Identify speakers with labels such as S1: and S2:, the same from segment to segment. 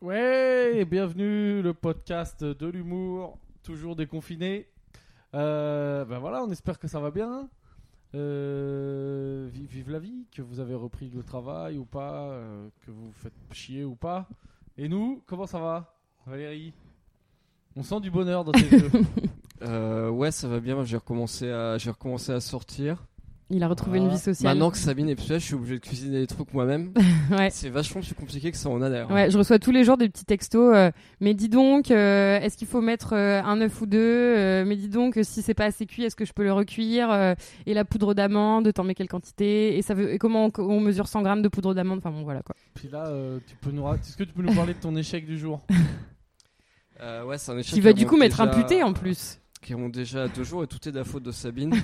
S1: Ouais, et bienvenue le podcast de l'humour, toujours déconfiné. Euh, ben voilà, on espère que ça va bien. Euh, vi- vive la vie, que vous avez repris le travail ou pas, euh, que vous vous faites chier ou pas. Et nous, comment ça va, Valérie On sent du bonheur dans tes yeux.
S2: Euh, ouais, ça va bien. moi, J'ai recommencé à, j'ai recommencé à sortir.
S3: Il a retrouvé une
S1: Voilà.
S3: vie sociale.
S2: Maintenant que Sabine est plus là, je suis obligé de cuisiner des trucs moi-même.
S3: ouais.
S2: C'est vachement plus compliqué que ça en a d'ailleurs.
S3: Ouais, je reçois tous les jours des petits textos. euh, mais dis donc, euh, est-ce qu'il faut mettre euh, un œuf ou deux Euh, Mais dis donc, euh, si c'est pas assez cuit, est-ce que je peux le recuire Euh, Et la poudre d'amande, t'en mets quelle quantité Et ça veut et comment on, on mesure 100 grammes de poudre d'amande Enfin bon, voilà quoi.
S1: Puis là, euh, tu peux nous, ra- est-ce que tu peux nous parler de ton échec du jour
S2: Euh, ouais, c'est un échec
S3: Qui va
S2: qui
S3: du coup
S2: remonte
S3: m'être
S2: déjà-
S3: imputé en plus.
S2: Qui remonte déjà à deux jours et tout est de la faute de Sabine.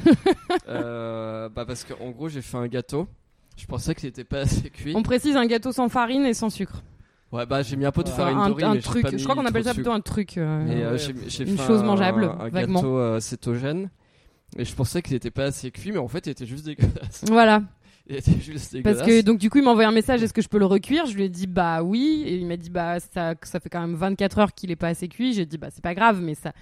S2: euh, bah parce qu'en gros, j'ai fait un gâteau. Je pensais qu'il était pas assez cuit.
S3: On précise un gâteau sans farine et sans sucre.
S2: Ouais, bah j'ai mis un peu de
S1: Enfin,
S2: farine
S3: un,
S2: dorée,
S3: un
S2: mais j'ai
S3: truc.
S2: pas mis
S3: Je crois qu'on
S2: trop
S3: appelle
S2: de
S3: ça
S2: sucre.
S3: plutôt un truc. euh,
S2: Mais euh,
S1: Ouais,
S2: j'ai- j'ai
S3: une
S2: fait
S3: chose
S2: un-
S3: mangeable,
S2: un
S3: vaguement.
S2: gâteau euh, cétogène. Et je pensais qu'il était pas assez cuit, mais en fait, il était juste dégueulasse.
S3: Voilà,
S2: Il était juste dégueulasse.
S3: parce que donc du coup il m'a envoyé un message est-ce que je peux le recuire Je lui ai dit bah oui et il m'a dit bah ça ça fait quand même 24 heures qu'il est pas assez cuit. J'ai dit bah c'est pas grave mais ça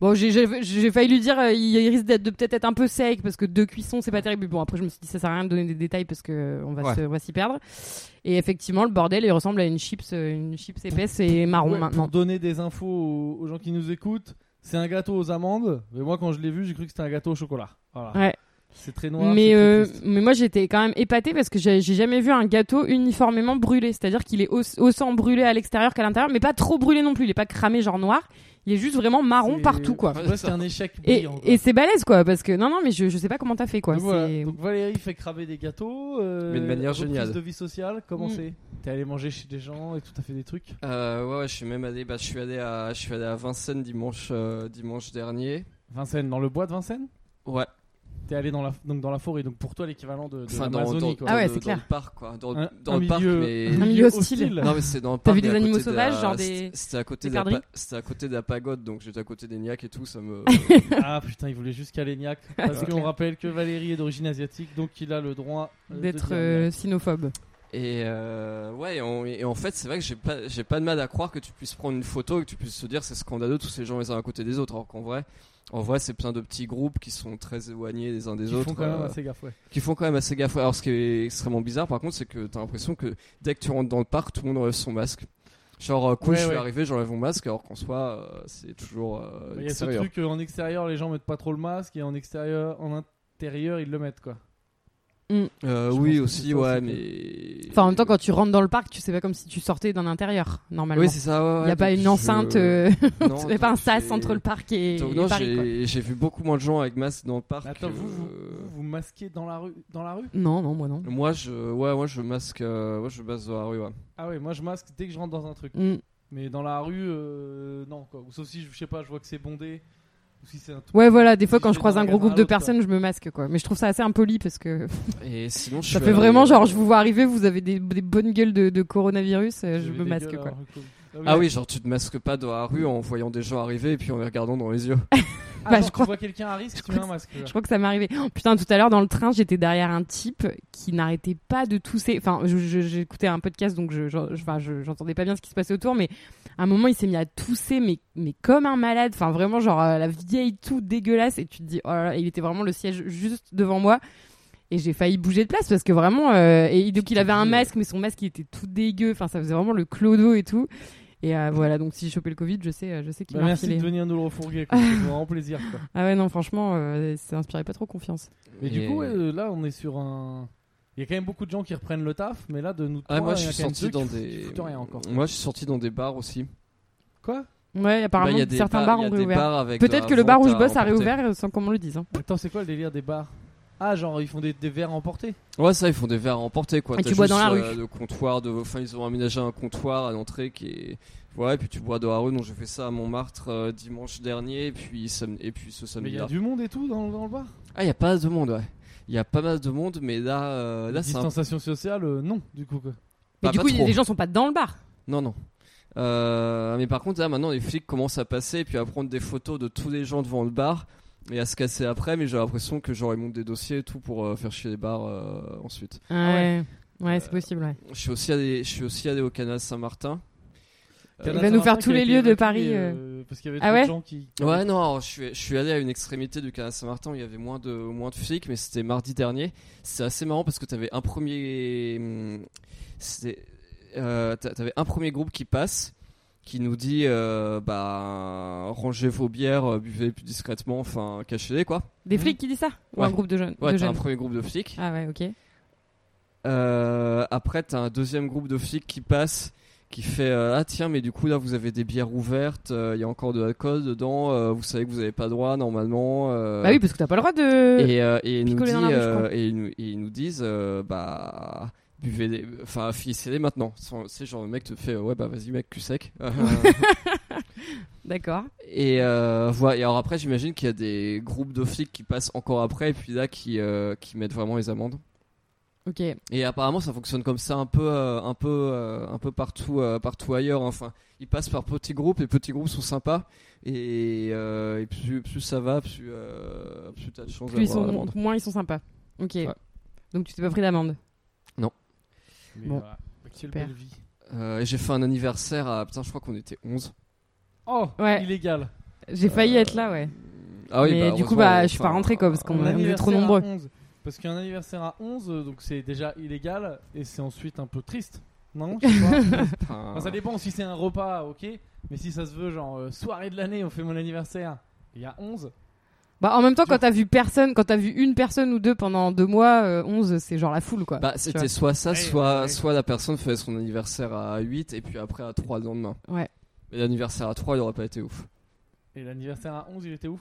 S3: bon j'ai- j'ai j'ai failli lui dire euh, il il risque d'être de peut-être être un peu sec parce que deux cuissons c'est pas terrible. Mais Bon après je me suis dit ça sert à rien de donner des détails parce que euh, on va
S2: Ouais.
S3: se- on va s'y perdre. Et effectivement le bordel il ressemble à une chips euh, une chips épaisse et marron
S1: Ouais, Pour
S3: maintenant.
S1: donner des infos aux, aux gens qui nous écoutent, c'est un gâteau aux amandes. Mais moi, quand je l'ai vu, j'ai cru que c'était un gâteau au chocolat.
S2: Ah.
S1: Voilà.
S3: Ouais.
S1: C'est très noir. c'est
S3: mais,
S1: très
S3: euh,
S1: triste.
S3: mais moi j'étais quand même épatée parce que j'ai j'ai jamais vu un gâteau uniformément brûlé. C'est-à-dire qu'il est au- autant brûlé à l'extérieur qu'à l'intérieur, mais pas trop brûlé non plus. Il est pas cramé genre noir. Il est juste vraiment marron
S1: C'est-
S3: partout quoi.
S1: Ouais, c'est un échec
S3: Et,
S1: brillant. quoi.
S3: et c'est balèze quoi parce que non non mais je, je sais pas comment t'as fait quoi.
S2: Ah,
S1: Donc, voilà.
S3: C'est-
S1: Donc Valérie fait cramer des gâteaux. euh,
S2: Mais de manière
S1: reprise
S2: géniale.
S1: de vie sociale, comment
S3: Mm.
S1: c'est T'es allé manger chez des gens et tout, t'as fait des trucs.
S2: Euh, ouais, ouais, je suis même allé, bah, je suis allé à, je suis allé à Vincennes dimanche, euh, dimanche dernier.
S1: Vincennes, dans le bois de Vincennes
S2: Ouais,
S1: T'es allé dans la, donc dans la forêt, donc pour toi l'équivalent de, de
S2: enfin dans, dans,
S1: l'Amazonie. quoi.
S3: Ah ouais,
S2: dans-
S3: c'est
S2: dans le
S3: clair.
S2: parc quoi, dans,
S1: Un-
S2: dans
S1: un
S2: le parc,
S1: milieu-
S2: mais
S3: Un milieu hostile.
S2: non mais c'est dans le parc.
S3: vu
S2: mais
S3: des
S2: à côté
S3: animaux
S2: de la-
S3: sauvages, genre des-
S2: c'était- C'était à côté
S3: des
S2: de la,
S3: perdrix
S2: pa- c'était à côté de la pagode, donc j'étais à côté des niaques et tout, ça me.
S1: Ah putain, il voulait juste Calignac. Parce
S3: C'est
S1: qu'on
S3: clair.
S1: rappelle que Valérie est d'origine asiatique, donc il a le droit euh, de
S3: D'être
S1: dire
S3: euh,
S1: Niaque.
S3: sinophobe.
S2: et euh, ouais, et en, et en fait, c'est vrai que j'ai pas, j'ai pas de mal à croire que tu puisses prendre une photo et que tu puisses se dire c'est scandaleux tous ces gens les uns à côté des autres, alors qu'en vrai, en vrai, c'est plein de petits groupes qui sont très éloignés les uns des
S1: Ils
S2: autres.
S1: font quand même
S2: euh,
S1: assez gaffe, ouais.
S2: qui font quand même assez gaffe. Alors, ce qui est extrêmement bizarre, par contre, c'est que t'as l'impression que dès que tu rentres dans le parc, tout le monde enlève son masque. Genre, euh, cool,
S1: Ouais,
S2: je suis
S1: ouais.
S2: arrivé, j'enlève mon masque, alors qu'en soi, euh, c'est toujours euh,
S1: Il y a ce
S2: extérieur.
S1: truc euh, en extérieur, les gens mettent pas trop le masque, et en extérieur, en intérieur, ils le mettent quoi.
S2: Euh,
S1: Je pense
S2: oui,
S1: que c'est
S2: aussi,
S1: ça,
S2: ouais,
S1: c'est
S2: mais.
S3: Enfin en même temps quand tu rentres dans le parc tu sais pas comme si tu sortais d'un intérieur normalement.
S2: Oui,
S3: Il
S2: c'est ça, ouais.
S3: y
S2: ouais,
S3: a pas
S2: donc
S3: une
S2: je-
S3: enceinte, euh,
S2: Non,
S3: y a pas un
S2: donc
S3: sas
S2: j'ai-
S3: entre le parc et,
S2: Donc,
S3: et
S2: non,
S3: Paris quoi.
S2: j'ai j'ai vu beaucoup moins de gens avec masque dans le parc.
S1: Mais Bah, attends, vous, vous,
S2: euh,
S1: vous, vous masquez dans la rue, dans la rue
S3: Non non moi non.
S2: Moi, je, ouais, moi, je masque, euh, ouais, je masque dans la rue, ouais.
S1: Ah ouais, moi je masque dès que je rentre dans un truc.
S3: Mm.
S1: Mais dans la rue, euh, non quoi. Ou sauf si je sais pas, je vois que c'est bondé, ou si c'est un truc.
S3: Ouais voilà des fois
S1: Si
S3: quand
S1: je
S3: je
S1: vais
S3: croise
S1: d'un
S3: un
S1: magasin
S3: gros
S1: à
S3: groupe de
S1: l'autre, quoi.
S3: personnes je me masque quoi. Mais je trouve ça assez impoli parce que
S2: Et sinon, je
S3: Ça
S2: suis
S3: fait
S2: allé-
S3: vraiment genre, je vous vois arriver, vous avez des, des bonnes gueules de, de coronavirus, euh,
S1: J'ai
S3: je
S1: des
S3: me masque
S1: gueules hein. à
S3: quoi.
S1: la rue, cool.
S2: Ah oui, genre, tu te masques pas dans la rue en voyant des gens arriver et puis en les regardant dans les yeux.
S1: Ah,
S3: Bah,
S1: genre,
S3: je
S1: tu
S3: crois-
S1: vois quelqu'un à risque,
S3: je
S1: tu mets
S3: crois
S1: un masque. là.
S3: Je crois que ça m'est arrivé. Oh, putain, tout à l'heure dans le train, j'étais derrière un type qui n'arrêtait pas de tousser. Enfin, je- je- j'écoutais un podcast donc je, je, je- enfin, je- j'entendais pas bien ce qui se passait autour, mais à un moment il s'est mis à tousser, mais, mais comme un malade. Enfin, vraiment, genre euh, la vieille toux dégueulasse. Et tu te dis, oh là là, il était vraiment le siège juste devant moi. Et j'ai failli bouger de place parce que vraiment, euh, et donc il avait un masque, mais son masque il était tout dégueu. Enfin, ça faisait vraiment le clodo et tout. Et euh, voilà, donc si j'ai chopé le Covid, je sais, euh, je sais qu'il
S1: Bah,
S3: m'a
S1: merci
S3: refilé.
S1: de venir nous le refourguer, quoi. c'est vraiment plaisir. Quoi.
S3: Ah ouais, non, franchement, euh, ça inspirait pas trop confiance.
S1: Mais du
S2: Et-
S1: coup, ouais, euh, là on est sur un. Il y a quand même beaucoup de gens qui reprennent le taf, mais là de nous trois,
S2: Ah, moi,
S1: il y
S2: je
S1: en a
S2: suis
S1: quand même
S2: sorti
S1: deux qui
S2: dans
S1: foutent-
S2: des.
S1: qui foutent rien encore.
S2: Moi, je suis sorti dans des bars aussi.
S1: Quoi
S3: Ouais, apparemment,
S2: Bah, il y a des
S3: certains bars
S2: il y a
S3: ont
S2: des
S3: réouvert.
S2: bars avec de
S3: Peut-être
S2: la
S3: que le bar où
S2: vente
S3: je
S2: à
S3: bosse a
S2: emporter.
S3: réouvert euh, sans qu'on me le dise. hein.
S1: Attends, c'est quoi le délire des bars Ah, genre ils font des, des verres emportés
S2: Ouais, ça, ils font des verres à emporter quoi.
S3: Et
S2: T'as
S3: Ah, tu bois dans
S2: juste,
S3: la
S2: euh,
S3: rue.
S2: le comptoir de. Enfin, ils ont aménagé un comptoir à l'entrée qui est. Ouais, et puis tu bois dans la rue. Donc, j'ai fait ça à Montmartre euh, dimanche dernier et puis, sam- et puis ce
S1: Mais il
S2: samedi
S1: y
S2: là.
S1: a du monde et tout dans, dans le bar
S2: Ah, il y a pas mal de monde, ouais. Il y a pas mal de monde, mais là, euh, là c'est un.
S1: Distanciation sociale, euh, non, du coup. Quoi.
S3: Mais
S2: Bah,
S3: du
S2: pas
S3: coup, il y a-
S2: trop.
S3: les gens sont pas dans le bar.
S2: Non, non. Euh, mais par contre, là, maintenant, les flics commencent à passer et puis à prendre des photos de tous les gens devant le bar et à se casser après. Mais j'ai l'impression que genre ils montent des dossiers et tout pour euh, faire chier les bars euh, ensuite.
S3: Ouais, ouais,
S2: Euh,
S3: c'est possible. Ouais.
S2: Je suis aussi allé, je suis aussi allé au canal Saint-Martin.
S3: Il va nous faire tous les lieux de Paris,
S1: euh, parce qu'il y avait
S3: Ah
S1: trop de
S3: ouais
S1: gens qui.
S2: Ouais, non, alors, je, suis, je suis allé à une extrémité du canal Saint-Martin où il y avait moins de, moins de flics, mais c'était mardi dernier. C'est assez marrant parce que t'avais un premier. hum, c'était, euh, t'a- t'avais un premier groupe qui passe, qui nous dit euh, bah, rangez vos bières, euh, buvez plus discrètement, enfin, cachez-les quoi.
S3: Des flics qui disent ça Ou un
S2: Ouais.
S3: groupe de jeunes,
S2: Ouais,
S3: de
S2: t'as un
S3: jeunes.
S2: premier groupe de flics.
S3: Ah ouais, ok.
S2: Euh, après, t'as un deuxième groupe de flics qui passe, qui fait euh, Ah tiens, mais du coup, là, vous avez des bières ouvertes, euh, il y a encore de l'alcool dedans, euh, vous savez que vous avez pas droit normalement. euh.
S3: Bah oui, parce que t'as pas le droit de.
S2: et, euh, et, ils nous
S3: picoler dans la
S2: dit,
S3: rue, je
S2: euh,
S3: crois.
S2: et, ils nous, et ils nous disent euh, Bah. Buvez des. Enfin, finissez-les maintenant. Sans- C'est genre le mec te fait euh, Ouais, bah vas-y, mec, cul sec. Euh,
S3: D'accord.
S2: et, euh, voilà. et alors après, j'imagine qu'il y a des groupes de flics qui passent encore après, et puis là, qui, euh, qui mettent vraiment les amendes.
S3: Ok.
S2: Et apparemment, ça fonctionne comme ça un peu, euh, un peu, euh, un peu partout, euh, partout ailleurs. Enfin, ils passent par petits groupes et petits groupes sont sympas. Et, euh, et plus, plus ça va, plus, euh, plus t'as de chance
S3: Plus ils
S2: d'avoir
S3: sont,
S2: l'amende.
S3: moins ils sont sympas. Ok.
S2: Ouais.
S3: Donc tu t'es pas pris d'amende.
S1: Mais
S3: Bon.
S1: voilà. Quelle
S3: Super.
S1: belle vie.
S2: Euh, et J'ai fait un anniversaire à putain, je crois qu'on était 11.
S1: Oh,
S3: Ouais.
S1: illégal.
S3: J'ai failli
S2: Euh,
S3: être là, ouais.
S2: Ah oui,
S3: Mais
S2: bah,
S3: du coup,
S2: heureusement,
S3: bah, je suis
S2: enfin,
S3: pas rentrée, quoi, parce qu'on
S1: Un
S3: on est
S1: anniversaire
S3: trop
S1: à
S3: nombreux.
S1: 11. Parce qu'un anniversaire à 11, euh, donc c'est déjà illégal et c'est ensuite un peu triste. Non je sais pas.
S2: enfin,
S1: Enfin, Ça dépend si c'est un repas, ok. Mais si ça se veut, genre euh, soirée de l'année, on fait mon anniversaire. Il y a 11.
S3: Bah en même temps, quand t'as vu personne, quand t'as vu une personne ou deux pendant deux mois, euh, 11, c'est genre la foule, quoi.
S2: bah,
S3: Tu
S2: c'était soit ça,
S1: Ouais, ouais,
S2: soit,
S1: ouais.
S2: soit la personne faisait son anniversaire à 8 et puis après à 3 le lendemain.
S3: Ouais.
S2: Mais l'anniversaire à 3, il aurait pas été ouf.
S1: Et l'anniversaire à 11, il était où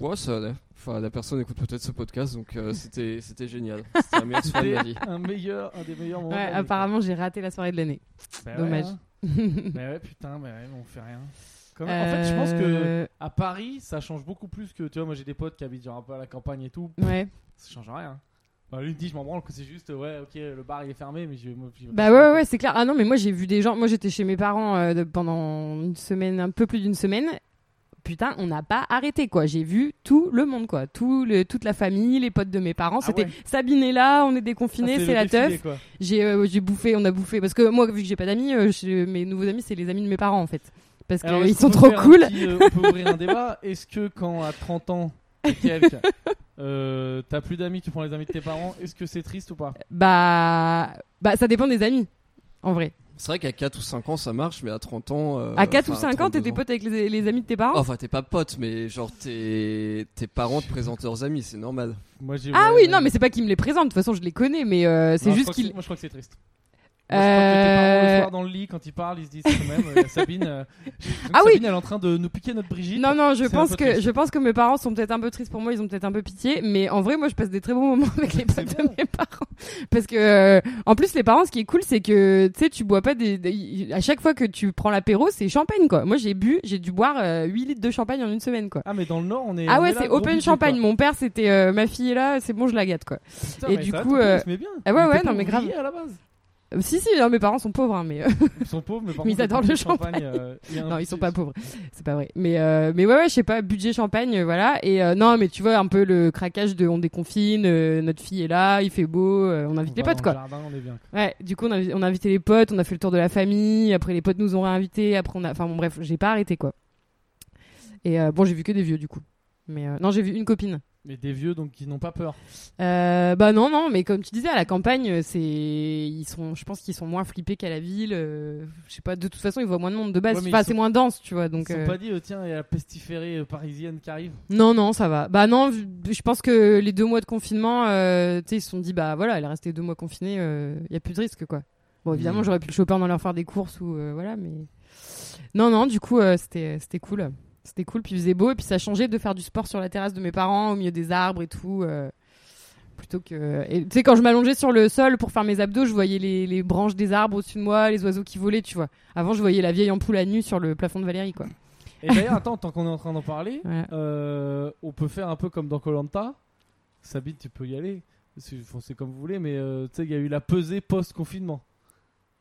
S2: Ouais, ça allait. Enfin, la personne écoute peut-être ce podcast, donc euh, c'était c'était génial. C'était la meilleure soirée de ma vie.
S1: un, meilleur, un des meilleurs moments.
S3: vois.
S1: de
S3: Ouais,
S1: l'année,
S3: apparemment, j'ai raté la soirée de l'année.
S1: quoi. Bah ouais,
S3: dommage.
S1: hein. Bah ouais, putain, bah ouais, mais on fait rien. Comme- En fait, je pense que
S3: Euh,
S1: à Paris, ça change beaucoup plus que. Tu vois, moi j'ai des potes qui habitent genre un peu à la campagne et tout.
S3: Ouais.
S1: Ça change rien. hein. Enfin, lui il dit, je m'en branle que c'est juste, ouais, ok, le bar il est fermé, mais je moi, je-
S3: Bah ouais, ouais, c'est clair. Ah non, mais moi j'ai vu des gens. Moi j'étais chez mes parents euh, de- pendant une semaine, un peu plus d'une semaine. Putain, on n'a pas arrêté quoi. J'ai vu tout le monde quoi, tout le, toute la famille, les potes de mes parents.
S1: Ah
S3: C'était
S1: ouais.
S3: Sabine est là, on est
S1: Ah,
S3: déconfinés, c'est
S1: le
S3: la
S1: défilé,
S3: teuf.
S1: quoi.
S3: J'ai euh, j'ai bouffé, on a bouffé parce que moi vu que j'ai pas d'amis, euh, je- mes nouveaux amis c'est les amis de mes parents en fait. Parce
S1: Alors,
S3: qu'ils
S1: est-ce
S3: sont
S1: qu'on peut
S3: trop
S1: faire un
S3: cool.
S1: petit, euh, on peut ouvrir un débat. Est-ce que quand à 30 ans et quelques, euh, t'as plus d'amis, tu prends les amis de tes parents, est-ce que c'est triste ou pas
S3: Bah bah ça dépend des amis en vrai.
S2: C'est vrai qu'à 4 ou 5 ans ça marche, mais à 30 ans. euh,
S3: à 4 ou
S2: enfin,
S3: 5 ans,
S2: 32
S3: t'étais pote avec les, les amis de tes parents.
S2: Enfin, t'es pas pote, mais genre tes, tes parents te présentent leurs amis, c'est normal.
S1: Moi, j'ai-
S3: ah
S1: ouais,
S3: oui,
S1: ouais.
S3: non, mais c'est pas qu'ils me les présentent, de toute façon je les connais, mais euh, c'est
S1: Non, je
S3: juste
S1: crois que
S3: qu'ils.
S1: Moi, je crois que c'est triste. Moi, je crois que tes parents, le soir, dans le lit, quand ils parlent, ils se disent quand même, euh, Sabine, euh,
S3: Euh, Ah oui.
S1: Sabine, elle est en train de nous piquer notre Brigitte.
S3: Non, non,
S1: c'est
S3: je
S1: un
S3: pense
S1: peu
S3: que
S1: triste.
S3: je pense que mes parents sont peut-être un peu tristes pour moi, ils ont peut-être un peu pitié, mais en vrai, moi, je passe des très bons moments avec les
S1: C'est
S3: potes
S1: bon.
S3: de mes parents, parce que euh, en plus, les parents, ce qui est cool, c'est que tu sais, tu bois pas des, des- à chaque fois que tu prends l'apéro, c'est champagne quoi. Moi, j'ai bu, j'ai dû boire euh, 8 litres de champagne en une semaine quoi.
S1: Ah, mais dans le Nord, on est.
S3: Ah
S1: on
S3: ouais,
S1: est là,
S3: c'est
S1: gros
S3: open
S1: public,
S3: champagne.
S1: quoi.
S3: Mon père, c'était euh, ma fille est là, c'est bon, je la gâte quoi.
S1: Putain,
S3: Et
S1: mais
S3: du
S1: ça va,
S3: coup,
S1: ton père,
S3: euh,
S1: il se met bien.
S3: ah ouais,
S1: Il était
S3: ouais, non,
S1: pas
S3: mais grave.
S1: ouvrier à la base.
S3: Euh, si, si, non, mes parents sont pauvres, hein, mais euh,
S1: Ils sont pauvres, mais par
S3: Mais ils
S1: contre,
S3: adorent
S1: ils
S3: le
S1: font du euh, il y a un
S3: non, ils
S1: petit-
S3: sont pas pauvres, c'est pas vrai. Mais euh, mais ouais, ouais, je sais pas, budget champagne, euh, voilà. Et euh, non, mais tu vois un peu le craquage de on déconfine, euh, notre fille est là, il fait beau, euh, on invite
S1: On
S3: les
S1: va dans
S3: potes quoi.
S1: le jardin, on est bien.
S3: Ouais, du coup, on a, on a invité les potes, on a fait le tour de la famille, après les potes nous ont réinvités, après on a. Enfin bon, bref, j'ai pas arrêté quoi. Et euh, bon, j'ai vu que des vieux du coup. Mais euh, non, j'ai vu une copine.
S1: Mais des vieux, donc, qui n'ont pas peur.
S3: Euh, bah non, non, mais comme tu disais, à la campagne, euh, c'est. Ils sont. Je pense qu'ils sont moins flippés qu'à la ville. euh, Je sais pas, de toute façon, ils voient moins de monde de base.
S1: Ouais, mais
S3: enfin,
S1: ils
S3: c'est
S1: sont-
S3: moins dense, tu vois. Donc,
S1: ils se sont
S3: euh,
S1: pas dit, euh, tiens, il y a la pestiférée euh, parisienne qui arrive.
S3: Non, non, ça va. Bah non, je je pense que les deux mois de confinement, euh, tu sais, ils se sont dit, bah voilà, elle est restée deux mois confinée, il y a plus de risque, quoi. Bon, évidemment,
S2: Mm.
S3: j'aurais pu le choper en allant faire des courses ou euh, voilà, mais non, non, du coup, euh, c'était, c'était cool, c'était cool. Puis il faisait beau et puis ça changeait de faire du sport sur la terrasse de mes parents, au milieu des arbres et tout. euh, Plutôt que. et Tu sais, quand je m'allongeais sur le sol pour faire mes abdos, je voyais les, les branches des arbres au-dessus de moi, les oiseaux qui volaient, tu vois. Avant, je voyais la vieille ampoule à nu sur le plafond de Valérie, quoi.
S1: Et d'ailleurs, attends, tant qu'on est en train d'en parler,
S3: Voilà.
S1: euh, on peut faire un peu comme dans Colanta. Sabine, tu peux y aller. C'est enfin, c'est comme vous voulez, mais euh, tu sais, il y a eu la pesée post-confinement.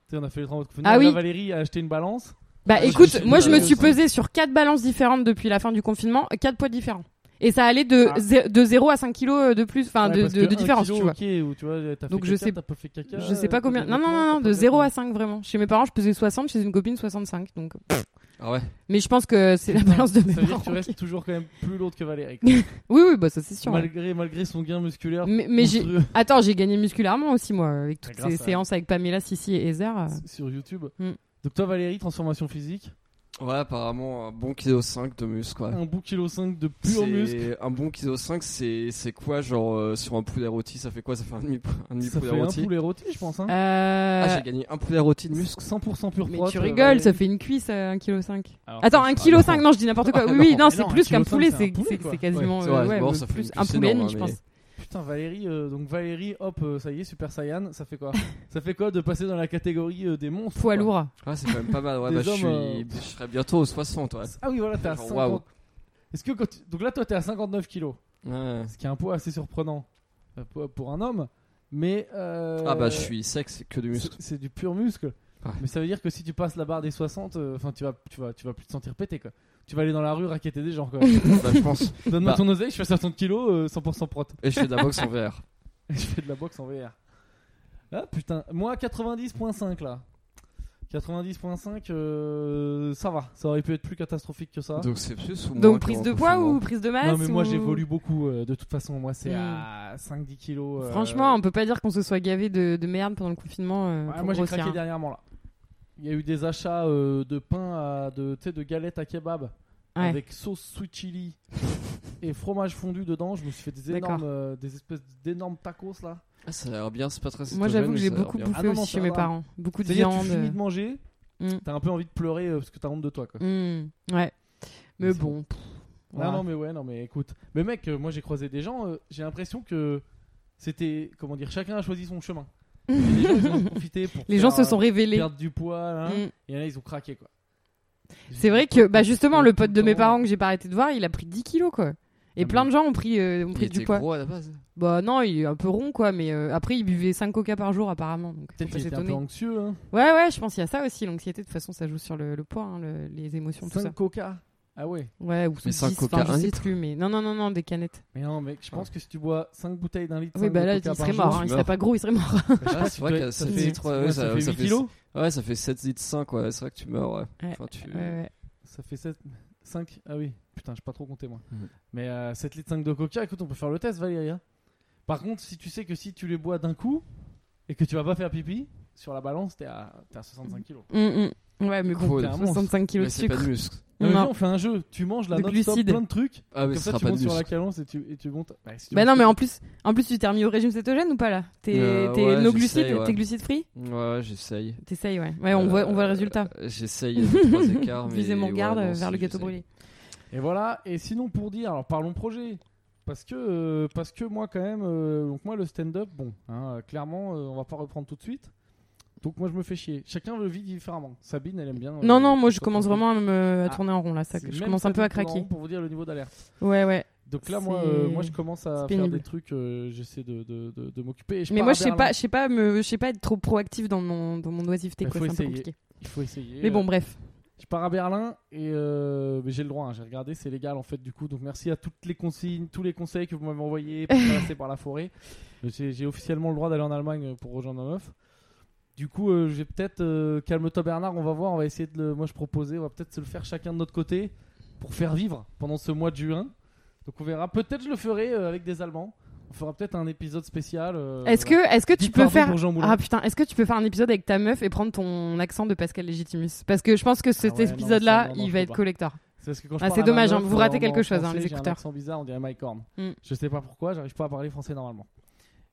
S1: Tu sais, on a fait les travaux de confinement.
S3: Ah oui.
S1: La Valérie a acheté une balance.
S3: Bah
S2: Ouais,
S3: écoute,
S2: je suis
S3: moi je me
S2: balance,
S3: suis
S2: hein.
S3: pesée sur quatre balances différentes depuis la fin du confinement, quatre poids différents. Et ça allait de,
S1: Ah.
S3: zé- de 0 à 5 kilos euh, de plus, enfin
S1: Ouais,
S3: Ah, de,
S1: parce
S3: de-
S1: que
S3: de
S1: un
S3: différence,
S1: kilo,
S3: tu vois.
S1: ok, où tu vois, t'as fait
S3: Donc, je
S1: caca,
S3: sais-
S1: t'as pas fait caca,
S3: Je sais pas
S1: euh,
S3: combien. Non, non,
S1: t'as
S3: non, non,
S1: pas
S3: de
S1: fait
S3: 0 à
S1: caca.
S3: 5, vraiment. Chez mes parents, je pesais 60, chez une copine, 65. Donc... euh,
S2: Ah ouais.
S3: Mais je pense que c'est la balance de mes
S1: Ça veut dire
S3: parents.
S1: que tu restes toujours quand même plus lourde que Valérie. quoi.
S3: Oui, oui, bah ça c'est sûr.
S1: malgré, malgré son gain musculaire.
S3: Mais, mais j'ai.
S1: monstrueux.
S3: Attends, j'ai gagné musculairement aussi, moi, avec toutes
S1: Bah, grâce
S3: ces
S1: à-
S3: séances avec Pamela, Sissi et Heather. euh.
S1: sur YouTube.
S3: Mm.
S1: Donc toi Valérie, transformation physique,
S2: Ouais, apparemment, un bon kilo 5 de muscle, ouais.
S1: un bon kilo 5 de pur
S2: C'est-
S1: muscle.
S2: Un bon kilo 5, c'est c'est quoi, genre, euh, sur un poulet rôti, ça fait quoi Ça fait un demi, un demi
S1: Ça
S2: poulet
S1: fait un
S2: rôti
S1: poulet rôti, je pense. Hein.
S3: Euh,
S2: Ah, j'ai gagné un poulet rôti de muscle.
S1: 100% pur
S3: Mais
S1: propre.
S3: tu
S1: euh,
S3: rigoles, ça
S1: Valérie.
S3: fait une cuisse euh, à 1,5 kg.
S1: Alors,
S3: Attends,
S1: ça,
S3: 1,5 kg,
S2: non.
S3: non, je dis n'importe quoi.
S2: Ah,
S3: Oui,
S2: non,
S3: oui,
S1: mais
S3: non, c'est
S1: non,
S3: plus qu'un
S1: 1,5
S3: poulet,
S1: kg,
S3: c'est
S1: c'est un poulet,
S3: c'est-
S1: quoi.
S3: c'est quasiment
S2: Ouais,
S3: euh,
S2: c'est vrai,
S3: ouais,
S2: bon, ça fait
S3: plus
S2: une
S3: un
S2: cuisse
S3: poulet et
S2: énorme,
S3: demi, je
S2: hein,
S3: pense.
S1: Putain Valérie, euh, donc Valérie, hop, euh, ça y est, Super Saiyan, ça fait quoi Ça fait quoi de passer dans la catégorie euh, des monstres quoi
S3: Poids lourd.
S2: Ouais, c'est quand même pas mal. Ouais,
S1: Des
S2: bah, je,
S1: hommes,
S2: suis,
S1: euh,
S3: hein.
S2: je serais bientôt aux 60, ouais.
S1: Ah oui, voilà, t'es à
S2: Genre,
S1: 50.
S2: waouh.
S1: Est-ce que quand tu- donc là toi t'es à 59 kilos,
S2: Ouais.
S1: ce qui est un poids assez surprenant euh, pour- pour un homme, mais euh,
S2: Ah bah, je suis sexe, que de muscle.
S1: C'est c'est du pur muscle.
S2: Ouais.
S1: Mais ça veut dire que si tu passes la barre des 60, euh, enfin tu vas tu vas tu vas plus te sentir pété quoi. Tu vas aller dans la rue raqueter des gens quoi.
S2: bah, je pense.
S1: Donne-moi
S2: Bah.
S1: ton oseille, je fais 50 kilos, euh, 100% prot.
S2: Et je fais de la boxe en VR.
S1: je fais de la boxe en VR. Ah putain, moi 90.5 là. 90.5, euh, ça va. Ça aurait pu être plus catastrophique que ça.
S2: Donc, c'est plus ou moins.
S3: Ah. Donc
S2: que
S3: prise
S2: en
S3: de poids
S2: confinement.
S3: ou prise de masse
S1: Non mais moi
S3: ou-
S1: j'évolue beaucoup. euh, de toute façon, moi c'est
S3: Mm.
S1: à 5-10 kilos. euh,
S3: Franchement, on peut pas dire qu'on se soit gavé de, de merde pendant le confinement. euh,
S1: Ouais,
S3: pour
S1: moi j'ai
S3: grossir,
S1: craqué
S3: hein.
S1: dernièrement là. Il y a eu des achats euh, de pain à de, tu sais, de galettes à kebab
S3: Ouais.
S1: avec sauce sweet chili et fromage fondu dedans. Je me suis fait des
S3: D'accord.
S1: énormes, euh, des espèces d'énormes tacos là.
S2: Ah, ça a l'air bien, c'est pas très
S3: Moi,
S2: cétogène,
S3: j'avoue
S2: mais
S3: que j'ai
S2: ça a l'air
S3: beaucoup
S2: bien.
S3: bouffé
S1: Ah non, non,
S3: aussi
S1: ça
S3: chez mes
S1: va.
S3: parents. Beaucoup de
S1: C'est-à-dire
S3: viande.
S1: tu finis de manger,
S3: Mm.
S1: t'as un peu envie de pleurer euh, parce que t'as honte de toi quoi.
S3: Mm. Ouais. Mais
S1: Mais c'est
S3: bon. pff,
S1: Non,
S3: voilà.
S1: non mais ouais, non mais écoute. Mais mec, euh, moi j'ai croisé des gens, euh, j'ai l'impression que c'était, comment dire, chacun a choisi son chemin. Il y a des gens, ils en ont profité pour
S3: Les gens
S1: faire,
S3: se sont
S1: euh,
S3: révélés.
S1: perdre du poids, hein,
S3: Mm.
S1: et il y en a ils ont craqué quoi. Ils
S3: C'est
S1: ont
S3: vrai
S1: craqué
S3: que, bah
S1: parce
S3: justement, le pote
S1: tout
S3: de mes
S1: temps-
S3: parents que j'ai pas arrêté de voir, il a pris 10 kilos, quoi. Et
S1: Ah,
S3: plein
S1: mais-
S3: de gens ont pris, euh, ont
S2: Il
S3: pris du
S2: était
S3: poids.
S2: gros à la base.
S3: Bah non, il est un peu rond, quoi, mais euh, après, il buvait 5 coca par jour, apparemment. Donc, faut
S1: Peut-être
S3: pas
S1: qu'il était un peu
S3: s'étonner.
S1: anxieux. Hein.
S3: Ouais, ouais, je pense qu'il y a ça aussi. L'anxiété, de toute façon, ça joue sur le, le poids, hein, le- les émotions, tout ça.
S1: 5 coca. Ah ouais.
S3: Ouais, ou
S2: Mais
S3: 5
S2: cinq
S3: coca,
S2: coca,
S3: je
S2: un
S3: sais
S2: litre.
S3: plus, mais non, non, non, non, des canettes.
S1: Mais non, mec, je pense que si tu bois 5 bouteilles d'un litre,
S3: Ah. Oui,
S1: cinq
S3: bah
S1: de
S3: là,
S1: coca
S3: il
S1: par
S3: serait
S1: jour, bah,
S3: mort, hein, il serait pas gros, il serait mort.
S2: Ah, c'est
S1: dois-
S2: vrai qu'il y a
S1: ça
S2: 7
S1: fait-
S2: litres.
S1: ouais,
S2: ouais,
S1: ça fait
S2: ça
S1: 8 kilos
S2: Ouais, ça fait 7 litres 5, ouais. C'est vrai que tu meurs, ouais.
S3: Ouais,
S2: Enfin, tu...
S3: Ouais, ouais.
S1: Ça fait 7 5 Ah oui, putain, j'ai pas trop compté moi.
S2: Mhm.
S1: Mais euh, 7 litres 5 de coca, écoute, on peut faire le test Valérie. hein. Par contre, si tu sais que si tu les bois d'un coup et que tu vas pas faire pipi, sur la balance, t'es à, t'es à 65 kilos.
S3: Mm, mm. Ouais, mais bon,
S2: Cool.
S1: T'es un monstre.
S3: 65 kilos
S2: Mais
S3: de
S2: c'est pas
S3: sucre.
S2: de muscle.
S1: Non, mais
S3: Non.
S1: viens, on fait un jeu, tu manges la
S3: De
S1: note stop
S3: glucides.
S1: plein de trucs.
S2: Ah, mais
S1: Comme
S2: ce
S1: ça,
S2: sera
S1: tu
S2: pas
S1: montes
S2: de
S1: sur la
S2: muscle.
S1: cadence et tu, et tu montes. Bah, si tu
S3: Bah
S1: montes
S3: non, mais
S1: sur-
S3: en plus, en plus, tu t'es remis au régime cétogène ou pas là T'es
S2: Euh,
S3: t'es
S2: ouais,
S3: no
S2: j'essaye,
S3: glucides,
S2: ouais.
S3: t'es glucides free
S2: Ouais, ouais, j'essaye.
S3: T'essayes, ouais. Ouais, on,
S2: Euh,
S3: voit, on voit le résultat.
S2: euh, J'essaye, il y a deux, trois écarts. mais
S3: Visez mon
S2: ouais,
S3: garde
S2: non,
S3: euh,
S2: si,
S3: vers le gâteau
S2: j'essaye.
S3: brûlé.
S1: Et voilà, et sinon pour dire, alors parlons projet. Parce que, euh, parce que moi quand même, euh, donc moi le stand-up, bon, hein, euh, clairement, euh, on va pas reprendre tout de suite. Donc moi je me fais chier. Chacun le vit différemment. Sabine, elle aime bien. euh,
S3: Non, non, moi je
S1: quand
S3: commence
S1: on-
S3: vraiment à me à
S1: Ah,
S3: tourner en rond là. Ça,
S1: c'est
S3: je
S1: même
S3: commence un peu
S1: Sabine
S3: à
S1: tourne en
S3: craquer.
S1: rond Pour vous dire le niveau d'alerte.
S3: Ouais, ouais.
S1: Donc là, moi,
S3: C'est-
S1: euh, moi je commence à
S3: c'est
S1: faire
S3: pénible.
S1: des trucs, euh, j'essaie de, de, de, de m'occuper. et
S3: Mais
S1: pars
S3: moi,
S1: à
S3: je sais
S1: Berlin.
S3: pas, je sais pas, me, je sais pas être trop proactif dans mon, dans mon oisiveté.
S1: Bah,
S3: quoi,
S1: faut
S3: C'est un peu
S1: essayer.
S3: compliqué.
S1: Il faut essayer.
S3: Mais
S1: euh,
S3: bon, bref.
S1: Je pars à Berlin et euh, mais j'ai le droit, hein, j'ai regardé, c'est légal en fait du coup. Donc merci à toutes les consignes, tous les conseils que vous m'avez envoyés pour traverser par la forêt. Euh, J'ai j'ai officiellement le droit d'aller en Allemagne euh, pour rejoindre ma meuf. Du coup, euh, j'ai peut-être euh, calme-toi Bernard, on va voir, on va essayer de le, moi je proposais, on va peut-être se le faire chacun de notre côté pour faire vivre pendant ce mois de juin. Donc on verra, peut-être je le ferai euh, avec des Allemands. On fera peut-être un épisode spécial. euh,
S3: Est-ce
S1: voilà.
S3: que, est-ce que tu
S1: Dites
S3: peux
S1: pardon
S3: faire
S1: pour Jean Moulin.
S3: Ah putain, est-ce que tu peux faire un épisode avec ta meuf et prendre ton accent de Pascal Legitimus Parce que je pense que cet
S1: Ah ouais, non,
S3: épisode-là,
S1: ça, non, non,
S3: il
S1: je
S3: va
S1: peux
S3: être
S1: pas.
S3: collector.
S1: C'est parce que quand je
S3: Ah,
S1: parle
S3: c'est
S1: à ma
S3: dommage, hein,
S1: meuf, euh,
S3: vous ratez
S1: en
S3: quelque chose, hein,
S1: français,
S3: les
S1: j'ai un
S3: écouteurs.
S1: accent bizarre, on dirait Mike Horn.
S3: Mm.
S1: Je sais pas pourquoi, j'arrive pas à parler français normalement.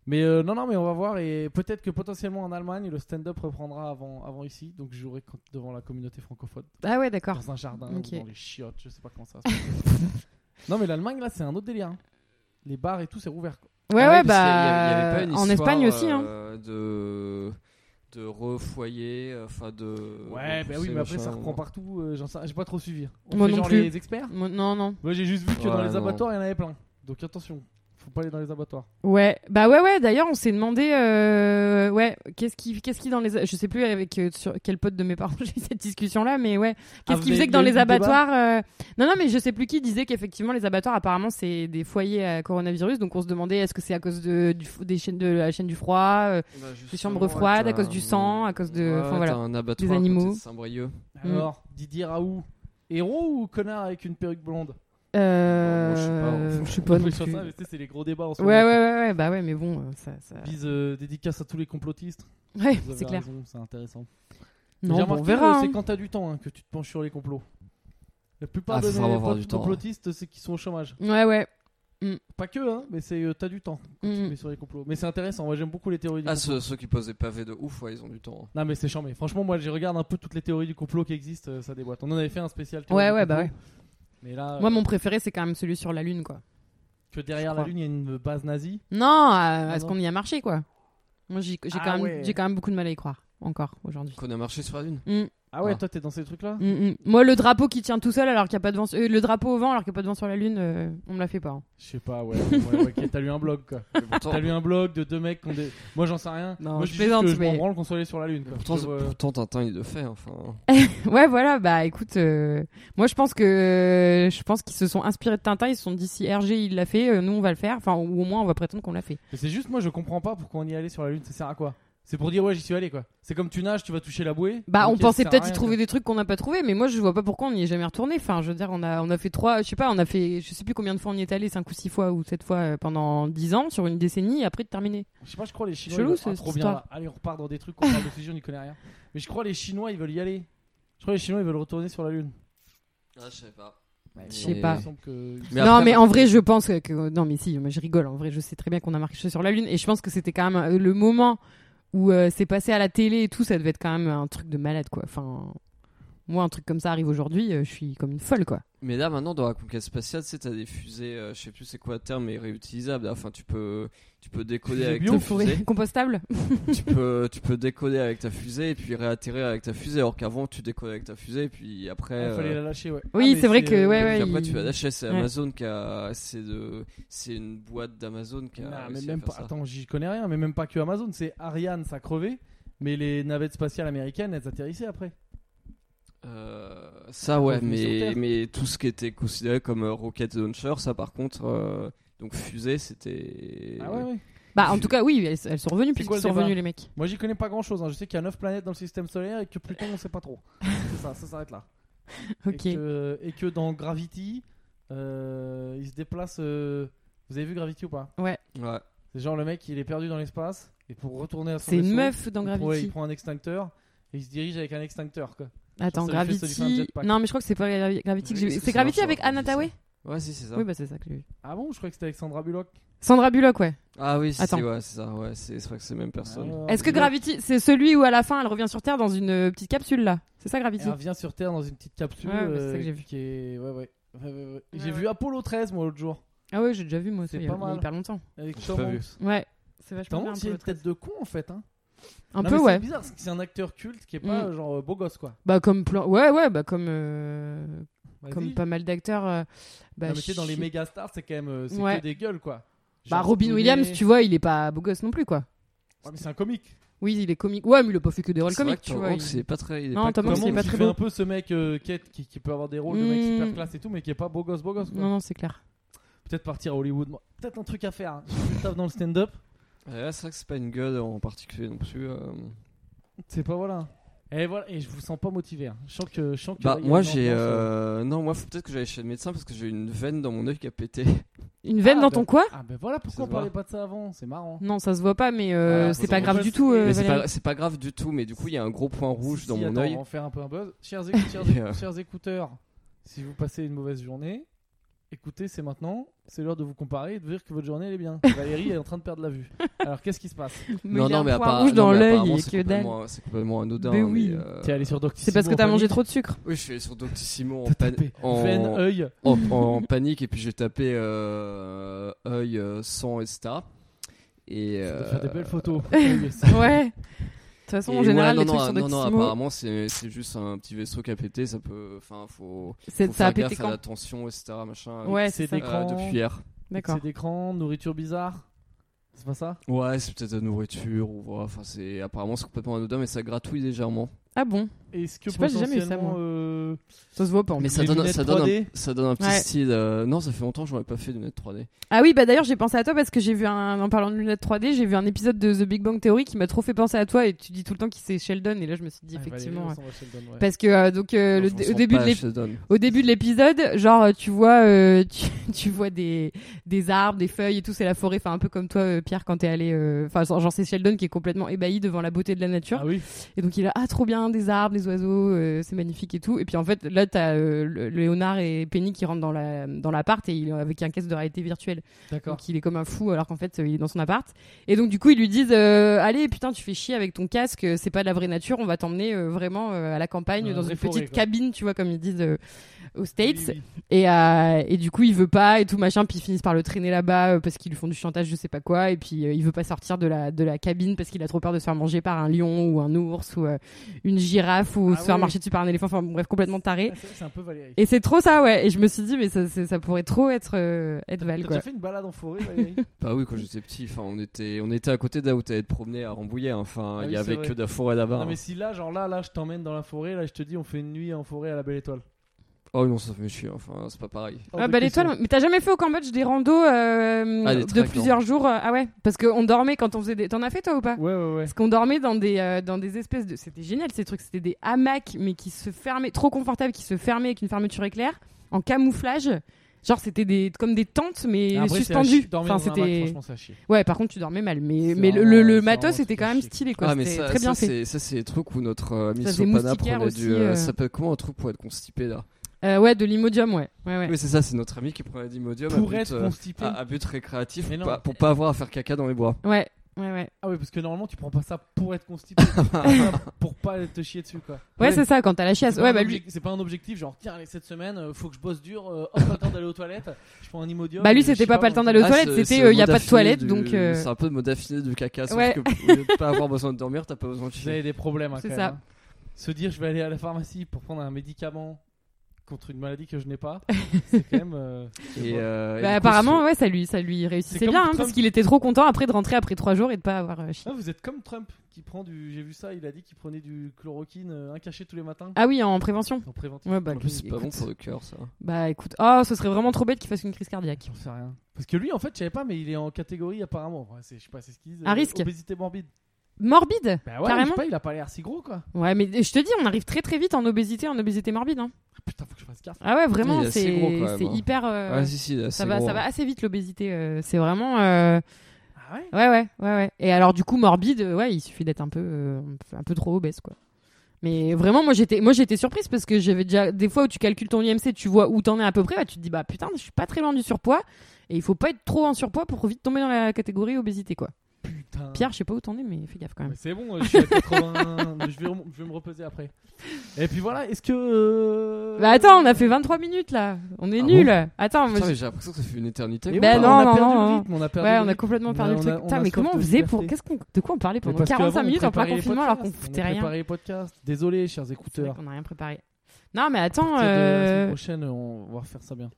S1: Mais euh, non, non, mais on va voir. Et peut-être que potentiellement en Allemagne, le stand-up reprendra avant, avant ici. Donc je jouerai quand- devant la communauté francophone.
S3: Ah ouais, d'accord.
S1: Dans un jardin,
S3: Ok.
S1: ou dans les chiottes, je sais pas comment ça se passe. non, mais l'Allemagne, là, c'est un autre délire. hein. Les bars et tout, c'est rouvert. quoi.
S3: Ouais,
S2: Ah
S3: ouais,
S2: oui, parce
S3: bah.
S2: qu'il y avait- il y avait pas une
S3: en
S2: histoire,
S3: Espagne aussi, hein.
S2: euh, De de refoyer, enfin de.
S1: Ouais, bah oui, mais après, ça
S2: Euh, machin,
S1: reprend
S2: ouais.
S1: partout. euh, j'en sais- J'ai pas trop suivi. On
S3: Moi
S1: fait
S3: non
S1: genre
S3: plus.
S1: les experts
S3: Moi, Non, non.
S1: Moi, j'ai juste vu que
S2: Ouais,
S1: dans les
S2: non.
S1: abattoirs, il y en avait plein. Donc attention. Faut pas aller dans les abattoirs.
S3: Ouais, bah ouais, ouais. D'ailleurs, on s'est demandé, euh, ouais, qu'est-ce qui, qu'est-ce qui dans les, je sais plus avec euh, sur quel pote de mes parents j'ai eu cette discussion là, mais ouais,
S1: Ah,
S3: qu'est-ce qui
S1: vous
S3: faisait
S1: avez-
S3: que dans
S1: il y a eu
S3: les
S1: du débat
S3: abattoirs, euh, non, non, mais je sais plus qui disait qu'effectivement les abattoirs, apparemment, c'est des foyers à coronavirus, donc on se demandait est-ce que c'est à cause de, du f- des chaînes de la chaîne du froid, euh,
S1: Bah,
S2: les
S3: chambres froides, à cause du sang, à cause de- enfin, voilà,
S2: un abattoir
S3: des
S2: à côté de
S3: animaux.
S2: Saint-Brieuc.
S3: Mm.
S1: Alors, Didier Raoult, héros ou connard avec une perruque blonde
S2: Non,
S3: euh,
S2: moi, je sais pas, on-
S3: je sais pas non
S1: Oui,
S3: plus.
S1: sur ça, mais tu sais, c'est les gros débats en ce
S3: Ouais, ouais, ouais, ouais, bah ouais, mais bon, euh, ça, ça...
S1: Bise euh, dédicace à tous les complotistes.
S3: ouais,
S1: Vous avez
S3: c'est clair.
S1: raison, c'est intéressant. J'ai
S3: Non, bon,
S1: remarqué,
S3: on verra.
S1: euh,
S3: hein.
S1: C'est quand t'as du temps hein, que tu te penches sur les complots. La plupart
S2: Ah,
S1: des
S2: faut vraiment avoir
S1: potes
S2: du temps,
S1: complotistes, c'est qu'ils sont au chômage.
S3: Ouais, ouais.
S1: Pas que, hein, mais c'est euh, t'as du temps
S3: Mm.
S1: mais sur les complots. Mais c'est intéressant, moi j'aime beaucoup les théories du
S2: Ah,
S1: complot.
S2: ceux, ceux qui posent des pavés de ouf, ouais, ils ont du temps. hein.
S1: Non, mais c'est chiant, mais franchement, moi je regarde un peu toutes les théories du complot qui existent, euh, ça déboîte. On en avait fait un spécial théorie
S3: Ouais,
S1: du
S3: ouais,
S1: complot,
S3: bah ouais.
S1: Mais là,
S3: Moi,
S1: euh,
S3: mon préféré, c'est quand même celui sur la lune, quoi.
S1: que derrière
S3: je
S1: la
S3: crois.
S1: lune, il y a une base nazie.
S3: Non, à, à
S1: Ah
S3: ce
S1: non.
S3: qu'on y a marché, quoi. Moi, j'y- j'ai
S1: Ah
S3: quand, même-
S1: ouais.
S3: j'ai quand même beaucoup de mal à y croire, encore, aujourd'hui.
S2: Qu'on a marché sur la lune.
S3: Mm,
S1: Ah ouais,
S2: Ah.
S1: toi t'es dans ces trucs-là
S3: mm, mm. Moi, le drapeau qui tient tout seul alors qu'il n'y a pas de vent. euh, le drapeau au vent alors qu'il n'y a pas de vent sur la lune, euh, on me l'a fait pas. hein.
S1: Je sais pas, ouais. ouais, ouais, ok, t'as lu un blog quoi.
S2: Mais pourtant,
S1: T'as lu un blog de deux mecs qui ont des. Moi j'en sais rien.
S3: Non,
S1: Moi
S3: je
S1: dis
S3: plaisante,
S1: juste que je
S3: mais-
S1: m'en branle qu'on soit allé sur la lune quoi. euh,
S2: pourtant,
S1: Je vois-
S2: pourtant, Tintin, il le fait. Enfin,
S3: Ouais, voilà, bah écoute, euh, moi je pense que je pense qu'ils se sont inspirés de Tintin, ils se sont dit si RG il l'a fait, euh, nous on va le faire, enfin, ou au moins on va prétendre qu'on l'a fait.
S1: Mais c'est juste, moi je comprends pas pourquoi on y allait sur la lune, ça sert à quoi C'est pour dire ouais, j'y suis allé quoi. C'est comme tu nages, tu vas toucher la bouée.
S3: Bah,
S1: Ok,
S3: on
S1: ça
S3: pensait
S1: sert à
S3: peut-être y
S1: rien,
S3: trouver des trucs qu'on n'a pas trouvé, mais moi je vois pas pourquoi on n'y est jamais retourné. Enfin, je veux dire, on a, on a fait trois, je sais pas, on a fait, je sais plus combien de fois on y est allé, cinq ou six fois ou sept fois euh, pendant dix ans sur une décennie, et après de terminer.
S1: Je sais pas, je crois les Chinois.
S3: Chelou,
S1: ils veulent- ah,
S3: cette
S1: trop bien.
S3: histoire.
S1: là. Allez, on repart dans des trucs qu'on parle de sujet, on n'y connaît rien. Mais je crois les Chinois, ils veulent y aller. Je crois les Chinois, ils veulent retourner sur la lune.
S2: Ah, je sais pas.
S3: Je sais pas.
S1: Il me semble que-
S3: non, mais en vrai, je pense que, que- non, mais si, mais je rigole. En vrai, je sais très bien qu'on a marché sur la lune, et je pense que c'était quand même euh, le moment où euh, c'est passé à la télé et tout, ça devait être quand même un truc de malade, quoi. Enfin, moi, un truc comme ça arrive aujourd'hui, euh, je suis comme une folle, quoi.
S2: Mais là, maintenant, dans la conquête spatiale, tu sais, t'as des fusées, euh, je sais plus c'est quoi le terme, mais réutilisables. Enfin, tu peux, tu peux décoller
S1: Fusée
S2: avec
S1: bio,
S2: ta
S1: forêt.
S2: fusée.
S3: Compostable.
S2: tu peux, tu peux décoller avec ta fusée et puis réatterrir avec ta fusée. Alors qu'avant, tu décollais avec ta fusée et puis après.
S1: Il fallait
S2: euh,
S1: la lâcher, ouais.
S3: Oui,
S1: Ah, mais
S3: c'est vrai que,
S1: euh,
S3: ouais,
S2: et
S3: ouais.
S2: puis après,
S3: il-
S2: tu vas lâcher. C'est
S3: ouais.
S2: Amazon qui a, c'est de, c'est une boîte d'Amazon qui a.
S1: Non, mais
S2: réussi à
S1: même
S2: faire
S1: pas.
S2: ça.
S1: Attends, j'y connais rien, mais même pas que Amazon. C'est Ariane, ça crevait. Mais les navettes spatiales américaines, elles atterrissaient après.
S2: Euh, ça, ouais,
S1: Revenus sur
S2: mais,
S1: Terre.
S2: mais tout ce qui était considéré comme euh, rocket launcher, ça, par contre, euh, donc fusée, c'était.
S1: Ah ouais, ouais.
S3: Bah, en tout cas, oui, elles, elles sont revenues puisqu'ils
S1: quoi le
S3: sont
S1: débat
S3: revenus les mecs.
S1: Moi, j'y connais pas grand chose. Je sais qu'il y a 9 planètes dans le système solaire et que Pluton, on sait pas trop. C'est ça, ça s'arrête là.
S3: Ok.
S1: Et, que, et que dans Gravity, euh, il se déplace. euh, Vous avez vu Gravity ou pas
S2: Ouais.
S1: C'est genre le mec, il est perdu dans l'espace et pour retourner à son
S3: C'est une
S1: vaisseau,
S3: meuf dans
S1: il prend- ouais,
S3: Gravity.
S1: il prend un extincteur et il se dirige avec un extincteur. Quoi.
S3: Attends,
S1: ça lui fait- ça lui fait un
S3: Gravity.
S1: jetpack.
S3: Non, mais je crois que c'est pas Gravi- Gravity que
S2: Oui,
S3: j'ai
S2: parce
S3: vu.
S2: que
S3: C'est
S2: c'est
S3: Gravity
S2: Vincent
S3: avec
S2: Gravity,
S3: Anna
S2: ça.
S3: Tawai
S2: Ouais, si, c'est ça.
S3: Oui, bah c'est ça que j'ai vu.
S1: Ah bon Je crois que c'était Alexandra Bullock.
S3: Sandra Bullock, ouais.
S2: Ah oui, si,
S3: Attends.
S2: ouais, c'est ça. Ouais, c'est c'est vrai que c'est même personne.
S1: Ah,
S3: Est-ce que
S1: Bullock.
S3: Gravity, c'est celui où à la fin elle revient sur Terre dans une euh, petite capsule là C'est ça Gravity
S1: Elle revient sur Terre dans une petite capsule. euh,
S3: Ouais, bah, c'est ça que j'ai vu.
S1: Qui est... ouais, ouais. Ouais, ouais, ouais.
S3: Ouais,
S1: j'ai
S3: ouais.
S1: vu Apollo 13 moi l'autre jour
S3: Ah ouais, j'ai déjà vu moi, ça,
S1: C'est
S3: il y a
S1: pas mal.
S3: hyper longtemps.
S1: avec
S2: J'ai
S1: Tom
S2: pas vu.
S1: Hanks.
S3: Ouais, c'est
S1: Tom
S3: vachement bien.
S1: Hanks, il a une tête de con en fait. Hein.
S3: Un
S1: Non,
S3: peu,
S1: mais
S3: ouais.
S1: C'est bizarre, parce que c'est un acteur culte qui est pas
S3: Mm.
S1: euh, genre euh, beau gosse quoi.
S3: Bah comme plan, ouais ouais, bah comme euh,
S1: Vas-y.
S3: comme pas mal d'acteurs. euh, Bah,
S1: non, mais tu sais, dans les
S3: je-
S1: méga stars, c'est quand même euh, c'est
S3: Ouais.
S1: que des gueules quoi.
S3: Bah
S1: Genre
S3: Robin
S1: Clooney-
S3: Williams, tu vois, il est pas beau gosse non plus quoi.
S1: Ouais, mais c'est un comique.
S3: Oui, il est comique. Ouais, mais il a pas fait que des rôles
S2: C'est vrai
S3: comiques,
S2: que
S3: tu
S2: Tom
S3: vois.
S2: Hanks,
S3: il-
S2: c'est pas très. il est
S3: Non,
S2: pas
S3: Tom Hanks,
S2: cool.
S3: il est
S1: Tom
S3: pas
S1: Hanks,
S3: très
S1: fait
S3: beau.
S1: un peu ce mec euh, Kate, qui, qui peut avoir des rôles de mec
S3: Mm.
S1: super classe et tout, mais qui est pas beau gosse, beau gosse quoi.
S3: Non non, c'est clair.
S1: Peut-être partir à Hollywood. moi. Peut-être un truc à faire. hein. J'ai du taf dans le stand-up.
S2: Ouais, là, c'est vrai que c'est pas une gueule en particulier non plus. euh.
S1: C'est pas voilà. Et voilà, et je vous sens pas motivé. hein. Je sens que, je sens que
S2: Bah,
S1: là, il y a
S2: moi,
S1: une
S2: j'ai.
S1: ambiance, euh,
S2: euh, Non, moi, faut peut-être que j'aille chez le médecin parce que j'ai une veine dans mon œil qui a pété.
S3: Une veine
S1: Ah,
S3: dans
S1: bah-
S3: ton quoi
S1: Ah ben voilà pourquoi
S2: Ça
S1: on
S2: se voit.
S1: parlait pas de ça avant, c'est marrant.
S3: Non, ça se voit pas, mais euh,
S2: Voilà,
S3: c'est
S2: vous
S3: pas
S2: en
S3: grave
S1: faites-
S3: du tout. euh,
S2: Mais c'est
S3: Valérie.
S2: pas, c'est pas grave du tout, mais du coup, il y a un gros point rouge
S1: Si,
S2: dans
S1: si,
S2: mon
S1: attends,
S2: œil.
S1: On va en faire un peu un buzz. Chers, éc- chers éc-
S2: Et, euh,
S1: chers écouteurs, si vous passez une mauvaise journée, écoutez, c'est maintenant. C'est l'heure de vous comparer et de dire que votre journée elle est bien. Valérie est en train de perdre la vue. Alors qu'est-ce qui se passe
S3: Mais il y a un point
S2: appara-
S3: rouge
S2: non,
S3: dans
S2: mais
S3: l'œil
S2: apparemment,
S3: et
S2: c'est
S3: que dalle.
S2: complètement- C'est complètement anodin.
S3: Mais oui.
S2: euh,
S1: T'es allé sur Doctissimo.
S3: C'est parce que
S1: en
S3: t'as mangé
S1: panique,
S3: trop de sucre.
S2: Oui, je suis allé sur Doctissimo en,
S1: T'as
S2: pan-
S1: tapé
S2: en-
S1: veine,
S3: euh.
S1: œil.
S2: en- en- en panique et puis j'ai tapé euh, œil, euh, sang, etc. Et,
S1: Ça doit
S2: euh,
S1: faire des belles photos.
S3: Ouais. De toute façon,
S2: et
S3: en général,
S2: ouais,
S3: les
S2: non,
S3: trucs
S2: non,
S3: sur
S2: non, non,
S3: Doctissimo,
S2: apparemment, c'est c'est juste un petit vaisseau qui a pété. Ça peut. Enfin, faut,
S3: c'est-
S2: faut
S3: ça a
S2: faire
S3: pété
S2: gaffe à
S3: quand
S2: la tension, etc. Machin.
S3: Ouais,
S1: C'est
S3: c'est ça.
S1: des-
S2: Euh, depuis hier.
S3: D'accord.
S1: Excès d'écran, nourriture bizarre. C'est pas ça
S2: Ouais, c'est peut-être la nourriture ou voilà. Enfin, c'est apparemment c'est complètement anodin, mais ça gratouille légèrement.
S3: Ah bon
S1: Est-ce que
S3: Je sais pas, j'ai jamais eu ça,
S1: potentiellement,
S3: moi.
S1: euh,
S3: Ça se voit pas. en
S2: Mais
S3: fait.
S2: ça
S1: Les
S2: donne,
S1: lunettes
S2: ça donne, un,
S1: 3D?
S2: ça donne un petit
S3: Ouais.
S2: style. euh, non, ça fait longtemps que j'en ai pas fait de lunettes 3D.
S3: Ah oui, bah d'ailleurs, j'ai pensé à toi parce que j'ai vu un, en parlant de lunettes 3D, j'ai vu un épisode de The Big Bang Theory qui m'a trop fait penser à toi et tu dis tout le temps qu'il c'est Sheldon et là je me suis dit
S1: ah,
S3: effectivement.
S1: Valérie,
S3: ouais.
S1: on s'en va chez le Don, ouais.
S3: Parce que euh, donc euh,
S2: Non,
S3: le-
S2: je me
S3: au
S2: sens
S3: début
S2: pas
S3: de l'ép-
S2: chez Don.
S3: au début de l'épisode, genre euh, tu vois euh, tu, tu vois des des arbres, des feuilles et tout, c'est la forêt, enfin un peu comme toi euh, Pierre quand t'es allé euh, enfin genre genre, c'est Sheldon qui est complètement ébahi devant la beauté de la nature.
S1: Ah oui,
S3: Et donc il a ah trop bien des arbres, des oiseaux, euh, c'est magnifique et tout. Et puis en fait là t'as euh, le- Léonard et Penny qui rentrent dans la dans l'appart et il est avec un casque de réalité virtuelle.
S1: d'accord.
S3: Donc il est comme un fou alors qu'en fait euh, il est dans son appart. Et donc du coup ils lui disent euh, allez putain tu fais chier avec ton casque, euh, c'est pas de la vraie nature, on va t'emmener euh, vraiment euh, à la campagne
S1: Dans la
S3: dans
S1: vraie
S3: une
S1: forêt,
S3: petite
S1: quoi.
S3: cabine tu vois comme ils disent euh, aux States.
S1: Oui, oui.
S3: Et, euh, et du coup, il veut pas et tout machin. Puis ils finissent par le traîner là-bas euh, parce qu'ils lui font du chantage, je sais pas quoi. Et puis euh, il veut pas sortir de la, de la cabine parce qu'il a trop peur de se faire manger par un lion ou un ours ou euh, une girafe ou
S1: Ah
S3: se faire
S1: ouais.
S3: marcher dessus par un éléphant. Enfin bref, complètement taré.
S1: Ah, c'est c'est un peu Valérie.
S3: Et c'est trop ça, ouais. Et je me suis dit, mais ça, c'est- ça pourrait trop être, euh, être
S1: T'as
S3: Val, quoi.
S1: déjà fait une balade en forêt, Valérie
S2: Bah oui, quand j'étais petit, enfin, on était, on était à côté d'un où t'allais te promener à Rambouillet. hein. Enfin,
S1: Ah
S2: il
S1: oui,
S2: y
S1: c'est
S2: avait
S1: vrai.
S2: que de la forêt
S1: Non
S2: là-bas.
S1: mais
S2: hein.
S1: si là, genre là, là, je t'emmène dans la forêt, là, je te dis, on fait une nuit en forêt à la Belle Étoile.
S2: Oh non, ça fait chier. Enfin, c'est pas pareil.
S1: Hors
S3: Ah,
S1: de
S3: bah
S1: question.
S3: l'étoile, mais t'as jamais fait au Cambodge des randos euh,
S2: Ah, des
S3: de
S2: treks,
S3: plusieurs jours euh, Ah ouais, parce qu'on dormait quand on faisait des. T'en as fait toi ou pas
S1: Ouais, ouais, ouais.
S3: Parce qu'on dormait dans des, euh, dans des espèces de. C'était génial ces trucs. C'était des hamacs, mais qui se fermaient, trop confortables, qui se fermaient avec une fermeture éclair, en camouflage. Genre, c'était des, comme des tentes, mais
S1: Après, c'est à chier.
S3: suspendues.
S1: Dormir dans un hamac,
S3: c'était.
S1: franchement, c'est à chier.
S3: Ouais, par contre, tu dormais mal.
S1: C'est
S3: Mais, mais le,
S1: vraiment-
S3: le- le
S1: c'est
S3: matos,
S1: vraiment
S3: c'était quand
S1: trop
S3: même
S1: chic.
S3: stylé, quoi.
S2: ah, mais
S3: C'était
S2: ça,
S3: très bien
S2: ça,
S3: fait.
S2: c'est, ça, c'est les trucs où notre euh, ami
S3: faisait
S2: Sopana
S3: moustiquaire
S2: prenait
S3: aussi,
S2: du. euh,
S3: euh.
S2: Ça s'appelle comment un truc pour être constipé là
S3: Euh, ouais, de l'imodium, ouais. ouais, ouais.
S2: Oui, c'est ça, c'est notre ami qui prenait l'imodium à,
S1: Pour
S2: but,
S3: bah,
S1: être
S2: euh,
S1: constipé.
S3: ah.
S2: à, à but récréatif
S1: Mais
S2: pour
S1: non.
S2: pas, pour pas avoir à faire caca dans les bois.
S3: Ouais, ouais, ouais.
S1: Ah oui, parce que normalement, tu prends pas ça pour être constipé. Tu prends ça pour pas te chier dessus, quoi.
S3: Ouais,
S2: Ouais.
S3: c'est ça, quand t'as la chiasse.
S1: C'est pas
S3: Ouais,
S1: un
S3: bah lui.
S1: obje- C'est pas un objectif, genre, tiens, allez, cette semaine, euh, faut que je bosse dur, euh, hop, pas le temps d'aller aux toilettes, je prends un imodium.
S3: Bah, lui,
S1: et je
S3: c'était
S1: sais
S3: pas pas
S1: moi,
S3: le temps d'aller aux
S2: Ah,
S3: toilettes,
S2: c'est-
S3: c'était
S2: c'est
S3: il
S2: le
S3: y a
S2: mode
S3: pas de
S2: affiné
S3: toilette,
S2: du-
S3: donc. euh,
S2: C'est un peu le mode affiné du caca. Sauf
S3: Ouais.
S2: que au lieu de pas avoir besoin de dormir, t'as pas besoin de
S1: Vous
S2: chier.
S1: avez des problèmes, hein,
S3: C'est
S1: quand
S3: ça.
S1: même, hein. Se dire, je vais aller à la pharmacie pour prendre un médicament contre une maladie que je n'ai pas, c'est quand même. euh,
S2: Et, euh, et
S3: bah,
S2: du coup,
S3: apparemment, ouais, ça lui, ça lui réussissait
S1: comme
S3: bien, hein,
S1: Trump.
S3: parce qu'il était trop content après de rentrer après trois jours et de pas avoir euh, chié.
S1: Ah, vous êtes comme Trump qui prend du. J'ai vu ça, il a dit qu'il prenait du chloroquine, euh, un cachet tous les matins.
S3: Ah oui, en prévention.
S1: En préventif.
S3: Ouais,
S2: ce-
S3: bah,
S2: En plus, Ah, c'est pas
S3: écoute.
S2: bon pour le cœur, ça.
S3: Bah écoute, oh, ce serait vraiment trop bête qu'il fasse une crise cardiaque.
S1: J'en sais rien. Parce que lui, en fait, je savais pas, mais il est en catégorie apparemment. Ouais, c'est- je sais pas, c'est ce qu'ils disent.
S3: À
S1: euh,
S3: risque.
S1: Obésité morbide.
S3: Morbide
S1: Bah ouais,
S3: Carrément.
S1: je sais pas, il a pas l'air si gros quoi.
S3: Ouais, mais je te dis, on arrive très très vite en obésité, en obésité morbide. Hein.
S1: Ah, putain, faut que je fasse gaffe.
S3: Ah ouais, vraiment,
S2: Il est assez
S3: c'est
S2: gros, quand même,
S3: c'est
S2: hein.
S3: hyper. euh,
S2: ah, si, si, là,
S3: ça,
S2: c'est
S3: va,
S2: gros,
S3: ça va
S2: hein.
S3: assez vite l'obésité. euh, c'est vraiment. euh,
S1: Ah ouais
S3: Ouais, ouais, ouais, ouais. Et alors, du coup, morbide, euh, ouais, il suffit d'être un peu, euh, un peu trop obèse, quoi. Mais vraiment, moi j'étais, moi j'étais surprise parce que j'avais déjà des fois où tu calcules ton IMC, tu vois où t'en es à peu près, bah, tu te dis bah putain, je suis pas très loin du surpoids et il faut pas être trop en surpoids pour vite tomber dans la catégorie obésité quoi.
S1: Putain.
S3: Pierre, je sais pas où t'en es, mais fais gaffe quand même.
S1: Mais c'est bon, euh, je suis à 80. je, vais, rem- je vais me reposer après. Et puis voilà, est-ce que. euh,
S3: Bah attends, on a fait 23 minutes là. On est
S2: Ah
S3: nuls. attends, moi,
S2: Putain, mais
S3: je-
S2: j'ai l'impression que ça fait une éternité.
S1: Mais
S2: qu'on
S3: Bah
S1: on
S2: parle.
S1: a-
S3: non,
S1: on a
S3: non,
S1: perdu
S3: non,
S1: le
S3: non.
S1: rythme, on a perdu le
S3: ouais, on a
S1: rythme.
S3: complètement
S1: Mais
S3: perdu
S1: on
S3: le
S1: a-
S3: truc.
S1: on
S3: Putain,
S1: a
S3: mais
S1: soif
S3: comment on
S1: de
S3: faisait
S1: liberté.
S3: pour qu'est-ce qu'on de quoi on parlait
S1: Mais
S3: pendant
S1: parce
S3: 45
S1: qu'avant, on
S3: minutes à part
S1: préparait les
S3: confinement alors qu'on
S1: podcasts,
S3: foutait
S1: on
S3: rien.
S1: préparait les podcasts. Désolé, chers
S3: C'est vrai
S1: écouteurs.
S3: qu'on a rien préparé. Non, mais
S1: À
S3: attends,
S1: partir de la
S3: euh,
S1: semaine prochaine, on va refaire ça bien.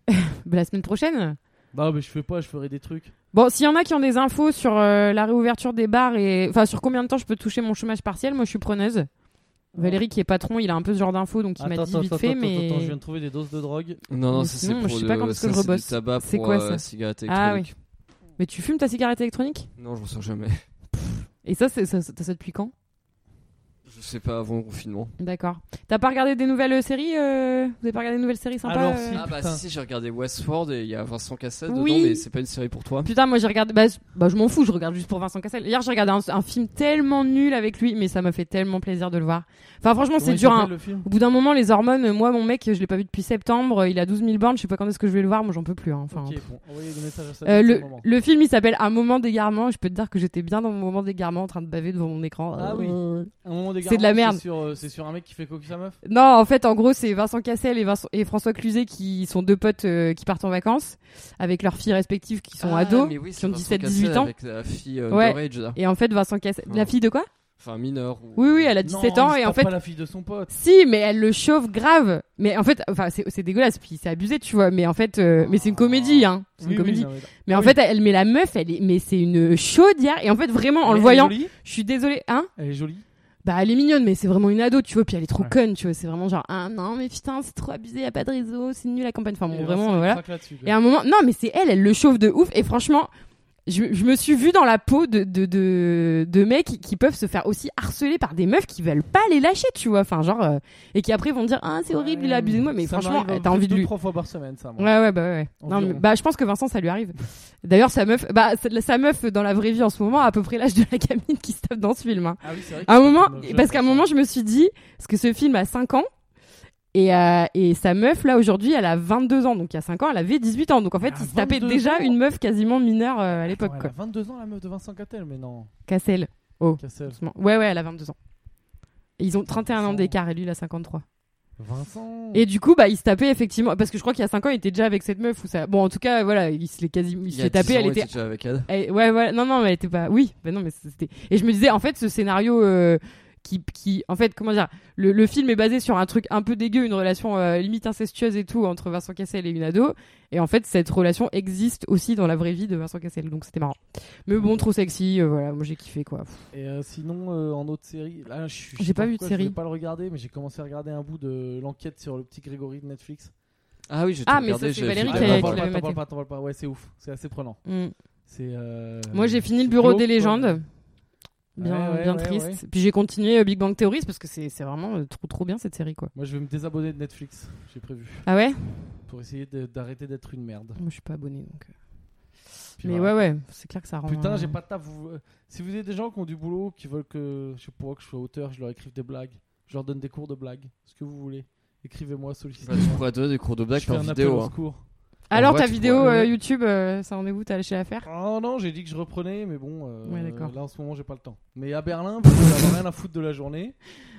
S3: bah, la semaine prochaine.
S1: Non, mais je fais pas, je ferai des trucs.
S3: Bon, s'il y en a qui ont des infos sur euh, la réouverture des bars et enfin sur combien de temps je peux toucher mon chômage partiel, moi je suis preneuse. Valérie qui est patron, il a un peu ce genre d'infos donc il m'a dit vite fait, mais
S1: je viens de trouver des doses de drogue.
S2: Non, non,
S3: Mais
S2: ça c'est
S3: sinon,
S2: pour
S3: je sais pas
S2: le-
S3: quand est-ce que
S2: ça, c'est
S3: je
S2: du
S3: rebosse.
S2: tabac
S3: C'est
S2: pour
S3: quoi,
S2: euh,
S3: ça
S2: cigarette
S3: Ah
S2: électronique.
S3: mais tu fumes ta cigarette électronique
S2: Non, je ressens jamais.
S3: Et ça, c'est ça, ça- t'as ça depuis quand
S2: Je sais pas avant le confinement.
S3: D'accord. T'as pas regardé des nouvelles séries euh, Vous avez pas regardé des nouvelles séries sympas
S1: Alors,
S3: euh
S1: si.
S2: Ah bah
S1: putain.
S2: si, j'ai regardé Westworld et il y a Vincent Cassel
S3: Oui.
S2: dedans, mais c'est pas une série pour toi.
S3: Putain, moi j'ai regardé. Bah, je- bah, je m'en fous, je regarde juste pour Vincent Cassel. Hier, j'ai regardé un, un film tellement nul avec lui, mais ça m'a fait tellement plaisir de le voir. Enfin, franchement,
S1: Comment
S3: c'est
S1: il
S3: dur.
S1: s'appelle,
S3: hein.
S1: le film
S3: Au bout d'un moment, les hormones, euh, moi, mon mec, je l'ai pas vu depuis septembre, euh, il a 12 000 bornes, je sais pas quand est-ce que je vais le voir, moi j'en peux plus. hein. Enfin,
S1: Ok,
S3: pff.
S1: bon, envoyez des messages à ça.
S3: Euh, le,
S1: c'est le moment.
S3: le film il s'appelle Un moment d'égarement. Je peux te dire que j'étais bien dans mon moment d'égarement en train de baver devant mon écran.
S1: Ah oui.
S3: Euh,
S1: Un moment d'égarement,
S3: c'est de la merde.
S1: sur, euh, C'est sur un mec qui fait cocu sa meuf
S3: Non, en fait, en gros, c'est Vincent Cassel et, Vincent- et François Cluzet qui sont deux potes euh, qui partent en vacances avec leurs filles respectives qui sont
S2: Ah,
S3: ados.
S2: mais oui,
S3: qui
S2: c'est
S3: ont
S2: Vincent
S3: 17,
S2: Cassel
S3: 18 ans.
S2: Avec la fille euh,
S3: Ouais.
S2: underage, là.
S1: Oh.
S3: Et en fait, Vincent Cassel. La
S2: Ouais.
S3: fille de quoi
S2: Enfin, mineur. ou-
S3: Oui, oui, elle a 17
S1: Non,
S3: ans
S1: il
S3: et
S1: se
S3: en
S1: tape
S3: fait,
S1: pas la fille de son pote.
S3: si, mais elle le chauffe grave. Mais en fait, enfin, c'est c'est dégueulasse, puis c'est abusé, tu vois. Mais en fait, euh, mais c'est une comédie, hein. C'est
S1: Oui,
S3: une
S1: oui,
S3: comédie.
S1: non, mais-
S3: mais en
S1: oui.
S3: fait, elle met la meuf, elle est, mais c'est une chaudière. Et en fait, vraiment, en
S1: Elle
S3: le
S1: est
S3: voyant,
S1: jolie
S3: je suis désolée, hein.
S1: Elle est jolie.
S3: Bah, elle est mignonne, mais c'est vraiment une ado, tu vois. Puis elle est trop
S1: Ouais.
S3: conne, tu vois. C'est vraiment genre, ah non, mais putain, c'est trop abusé, y a pas de réseau, c'est nul la campagne. Enfin, bon,
S1: Et
S3: vraiment,
S1: Vincent, il
S3: voilà.
S1: craque là-dessus,
S3: Et
S1: là.
S3: à un moment, non, mais c'est elle, elle le chauffe de ouf. Et franchement, je, je me suis vue dans la peau de, de, de, de mecs qui, qui peuvent se faire aussi harceler par des meufs qui veulent pas les lâcher, tu vois. Enfin, genre, euh, et qui après vont dire, ah, c'est horrible, il a abusé de moi. Mais
S1: Ça
S3: franchement,
S1: m'arrive
S3: t'as envie de
S1: deux,
S3: lui.
S1: trois fois par semaine, ça.
S3: Ouais,
S1: moi.
S3: ouais, bah ouais, ouais. Non,
S1: Environ.
S3: mais- bah, je pense que Vincent, ça lui arrive. D'ailleurs, sa meuf, bah, sa- sa meuf dans la vraie vie en ce moment a à peu près l'âge de la gamine qui se tape dans ce film. hein.
S1: Ah oui, c'est vrai.
S3: À un
S1: qu'il
S3: moment,
S1: s'appelle Jean
S3: parce qu'à un
S1: Vincent.
S3: moment, je me suis dit, parce que ce film a 5 ans, et, euh, et sa meuf, là, aujourd'hui, elle a 22 ans. Donc, il y a 5 ans, elle avait 18 ans. Donc, en fait,
S1: Ah,
S3: il se tapait
S1: 22
S3: déjà
S1: ans.
S3: une meuf quasiment mineure euh, à l'époque,
S1: Attends, elle
S3: quoi.
S1: a 22 ans la meuf de Vincent Catel, mais non.
S3: Cassel.
S1: Cassel.
S3: justement. Ouais, ouais, elle a 22 ans. Et ils ont 31 ans d'écart et lui, il a 53.
S1: Vincent.
S3: Et du coup, bah, il se tapait effectivement, parce que je crois qu'il y a 5 ans, il était déjà avec cette meuf ou ça. Bon, en tout cas, voilà, il se l'est quasiment, il
S2: Il
S3: se
S2: y a
S3: l'est tapé,
S2: 10 ans,
S3: elle
S2: il
S3: était
S2: déjà avec elle.
S3: Elle- Eh, ouais, ouais, non, non, mais elle était pas. Oui, ben non, mais c'était. Et je me disais, en fait, ce scénario euh, qui, qui. En fait, comment dire le, le film est basé sur un truc un peu dégueu, une relation euh, limite incestueuse et tout entre Vincent Cassel et une ado. Et en fait, cette relation existe aussi dans la vraie vie de Vincent Cassel, donc c'était marrant. Mais bon, trop sexy, euh, voilà, moi j'ai kiffé quoi. Pff,
S1: Et euh, sinon, euh, en autre série, là, je suis- je
S3: J'ai
S1: sais
S3: pas vu de
S1: pourquoi, Je
S3: série.
S1: vais pas le regarder, mais j'ai commencé à regarder un bout de l'enquête sur le petit Grégory de Netflix.
S2: Ah oui, j'ai
S3: Ah,
S2: tout
S3: mais ça,
S2: regardé.
S3: c'est
S2: j'ai-
S3: Valérie
S2: j'ai-
S3: qui
S1: t'en
S3: a-
S2: Ah,
S1: parle
S3: qui
S1: pas,
S2: voilà.
S1: t'en
S3: l'avait
S1: parles
S3: maté.
S1: pas, t'en parles pas. Ouais, c'est ouf. C'est assez prenant.
S3: mm.
S1: C'est. euh,
S3: Moi j'ai fini
S1: c'est
S3: le bureau
S1: glauque,
S3: des
S1: quoi.
S3: légendes. Bien,
S1: Ouais, ouais,
S3: bien
S1: ouais,
S3: triste.
S1: ouais.
S3: Puis j'ai continué euh, Big Bang Theory parce que c'est c'est vraiment euh, trop trop bien cette série quoi.
S1: Moi, je vais me désabonner de Netflix. J'ai prévu
S3: Ah ouais
S1: pour essayer de- d'arrêter d'être une merde.
S3: Moi je suis pas abonné donc. euh.
S1: Puis
S3: Mais
S1: voilà.
S3: ouais ouais, c'est clair que ça rend.
S1: Putain,
S3: euh,
S1: j'ai pas de taf. vous- euh, Si vous avez des gens qui ont du boulot, qui veulent que je sais pas, que je sois auteur, je leur écrive des blagues, je leur donne des cours de blagues, ce que vous voulez. Écrivez-moi,
S2: Bah,
S1: sollicitez-moi.
S2: tu pourrais donner des cours de blague
S1: Bah, Je fais
S2: par
S1: un appel
S2: vidéo.
S1: au
S2: hein.
S1: secours.
S3: Alors
S2: Ouais,
S3: ta
S2: tu
S3: vidéo
S2: pourrais-
S3: euh, YouTube, euh, ça en est où T'as lâché l'affaire
S1: Oh non, j'ai dit que je reprenais, mais bon, euh,
S3: Ouais, d'accord.
S1: là en ce moment j'ai pas le temps. Mais à Berlin, parce que j'avais rien à foutre de la journée,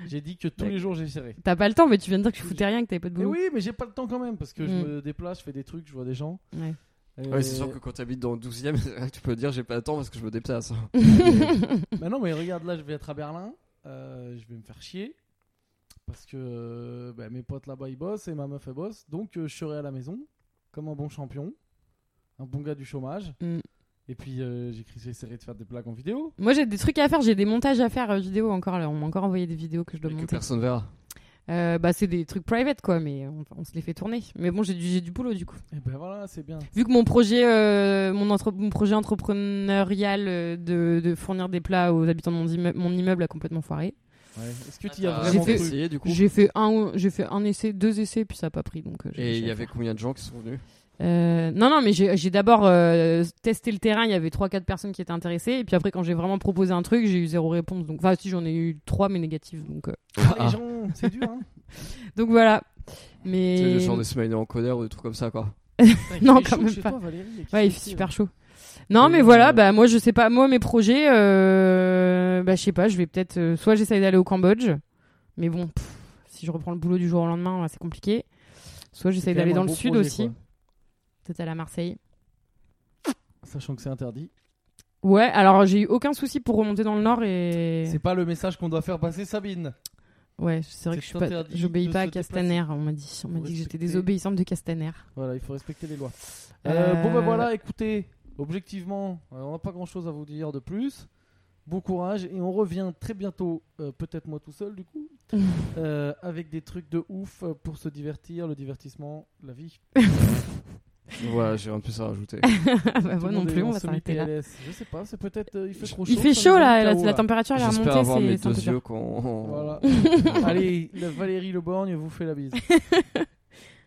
S1: j'ai dit que tous les jours j'essaierai.
S3: T'as pas le temps, mais tu viens de dire que je foutais rien, que t'avais pas de
S1: Mais
S3: boulot.
S1: oui, mais j'ai pas le temps quand même, parce que je
S3: Mm.
S1: me déplace, je fais des trucs, je vois des gens. Euh,
S3: Ouais.
S1: Et-
S2: Ouais, c'est sûr que quand t'habites dans le 12 e tu peux dire j'ai pas le temps parce que je me déplace. hein.
S1: Bah non, mais regarde, là je vais être à Berlin, euh, je vais me faire chier, parce que euh, bah, mes potes là-bas ils bossent et ma meuf elle bosse, donc euh, je serai à la maison, comme un bon champion, un bon gars du chômage.
S3: Mm.
S1: Et puis euh, j'écris- j'essaierai de faire des blagues en vidéo.
S3: Moi j'ai des trucs à faire, j'ai des montages à faire euh, vidéo encore là. On m'a encore envoyé des vidéos que je dois
S2: Et que
S3: monter.
S2: personne verra.
S3: Euh, bah c'est des trucs private quoi, mais on, on se les fait tourner. Mais bon j'ai du, j'ai du boulot du coup.
S1: Et ben voilà, c'est bien.
S3: Vu que mon projet, euh, mon, entre- mon projet entrepreneurial euh, de, de fournir des plats aux habitants de mon, immeu- mon immeuble a complètement foiré.
S1: Est-ce que tu y as
S2: Ah,
S1: vraiment
S3: J'ai fait-
S1: cru
S2: essayé du coup.
S3: J'ai fait un, j'ai fait un essai, deux essais, puis ça a pas pris donc. euh, j'ai
S2: Et
S3: lâché
S2: il y
S3: l'affaire.
S2: avait combien de gens qui sont venus
S3: Euh, non, non, mais j'ai j'ai d'abord euh, testé le terrain. Il y avait 3-4 personnes qui étaient intéressées. Et puis après, quand j'ai vraiment proposé un truc, j'ai eu zéro réponse. Donc, enfin, si j'en ai eu 3, mais négatives. Donc, euh,
S1: Ah,
S2: Ah.
S1: Les gens, c'est dur, hein.
S3: donc voilà.
S2: C'est
S3: Mais.
S2: le genre des semaines en colère ou des trucs comme ça quoi.
S3: Non,
S1: Il fait
S3: quand
S1: chaud
S3: même
S1: chez
S3: pas.
S1: toi, Valérie, hein. mais qu'est-ce
S3: Ouais, il
S1: que
S3: fait
S1: c'est,
S3: super
S1: là
S3: chaud. Non,
S1: Et
S3: mais
S1: euh,
S3: voilà, bah moi je sais pas, moi mes projets, euh, bah je sais pas, je vais peut-être, euh, soit j'essaye d'aller au Cambodge, mais bon, pff, si je reprends le boulot du jour au lendemain, là, c'est compliqué. Soit
S1: C'est
S3: j'essaye
S1: quand
S3: d'aller
S1: même
S3: dans
S1: un
S3: le
S1: beau
S3: sud
S1: projet,
S3: aussi,
S1: quoi.
S3: peut-être aller à Marseille.
S1: Sachant que c'est interdit.
S3: Ouais, alors j'ai eu aucun souci pour remonter dans le nord et.
S1: C'est pas le message qu'on doit faire passer, Sabine.
S3: Ouais, c'est
S1: C'est
S3: vrai que je suis pas,
S1: interdit
S3: j'obéis
S1: de
S3: pas à
S1: se déplacer.
S3: Castaner. On m'a dit, on m'a
S1: Faut
S3: dit que j'étais
S1: respecter.
S3: désobéissante de Castaner.
S1: Voilà, il faut respecter les lois. Euh,
S3: Euh,
S1: Bon, bah voilà, écoutez, objectivement, euh, on n'a pas grand chose à vous dire de plus. Bon courage et on revient très bientôt, euh, peut-être moi tout seul du coup,
S3: Ah, bah,
S1: euh, avec des trucs de ouf euh, pour se divertir, le divertissement, la vie.
S2: Voilà, j'ai rien de plus à rajouter.
S3: Ah
S1: Tout
S3: bah, moi
S1: le
S3: non
S1: monde est
S3: plus,
S1: en
S3: on va s'arrêter là.
S1: semi-PLS. Je sais pas, c'est peut-être euh, il fait trop chaud.
S3: Il fait
S1: ça
S3: chaud
S1: nous
S3: là,
S1: met
S3: la,
S1: KO,
S3: la température elle est
S2: J'espère avoir mes
S3: remontée. c'est-
S2: deux
S3: C'est un peu
S2: yeux
S1: Ah,
S3: dur.
S2: quand.
S1: Voilà. Allez, la Valérie Leborgne vous fait la bise.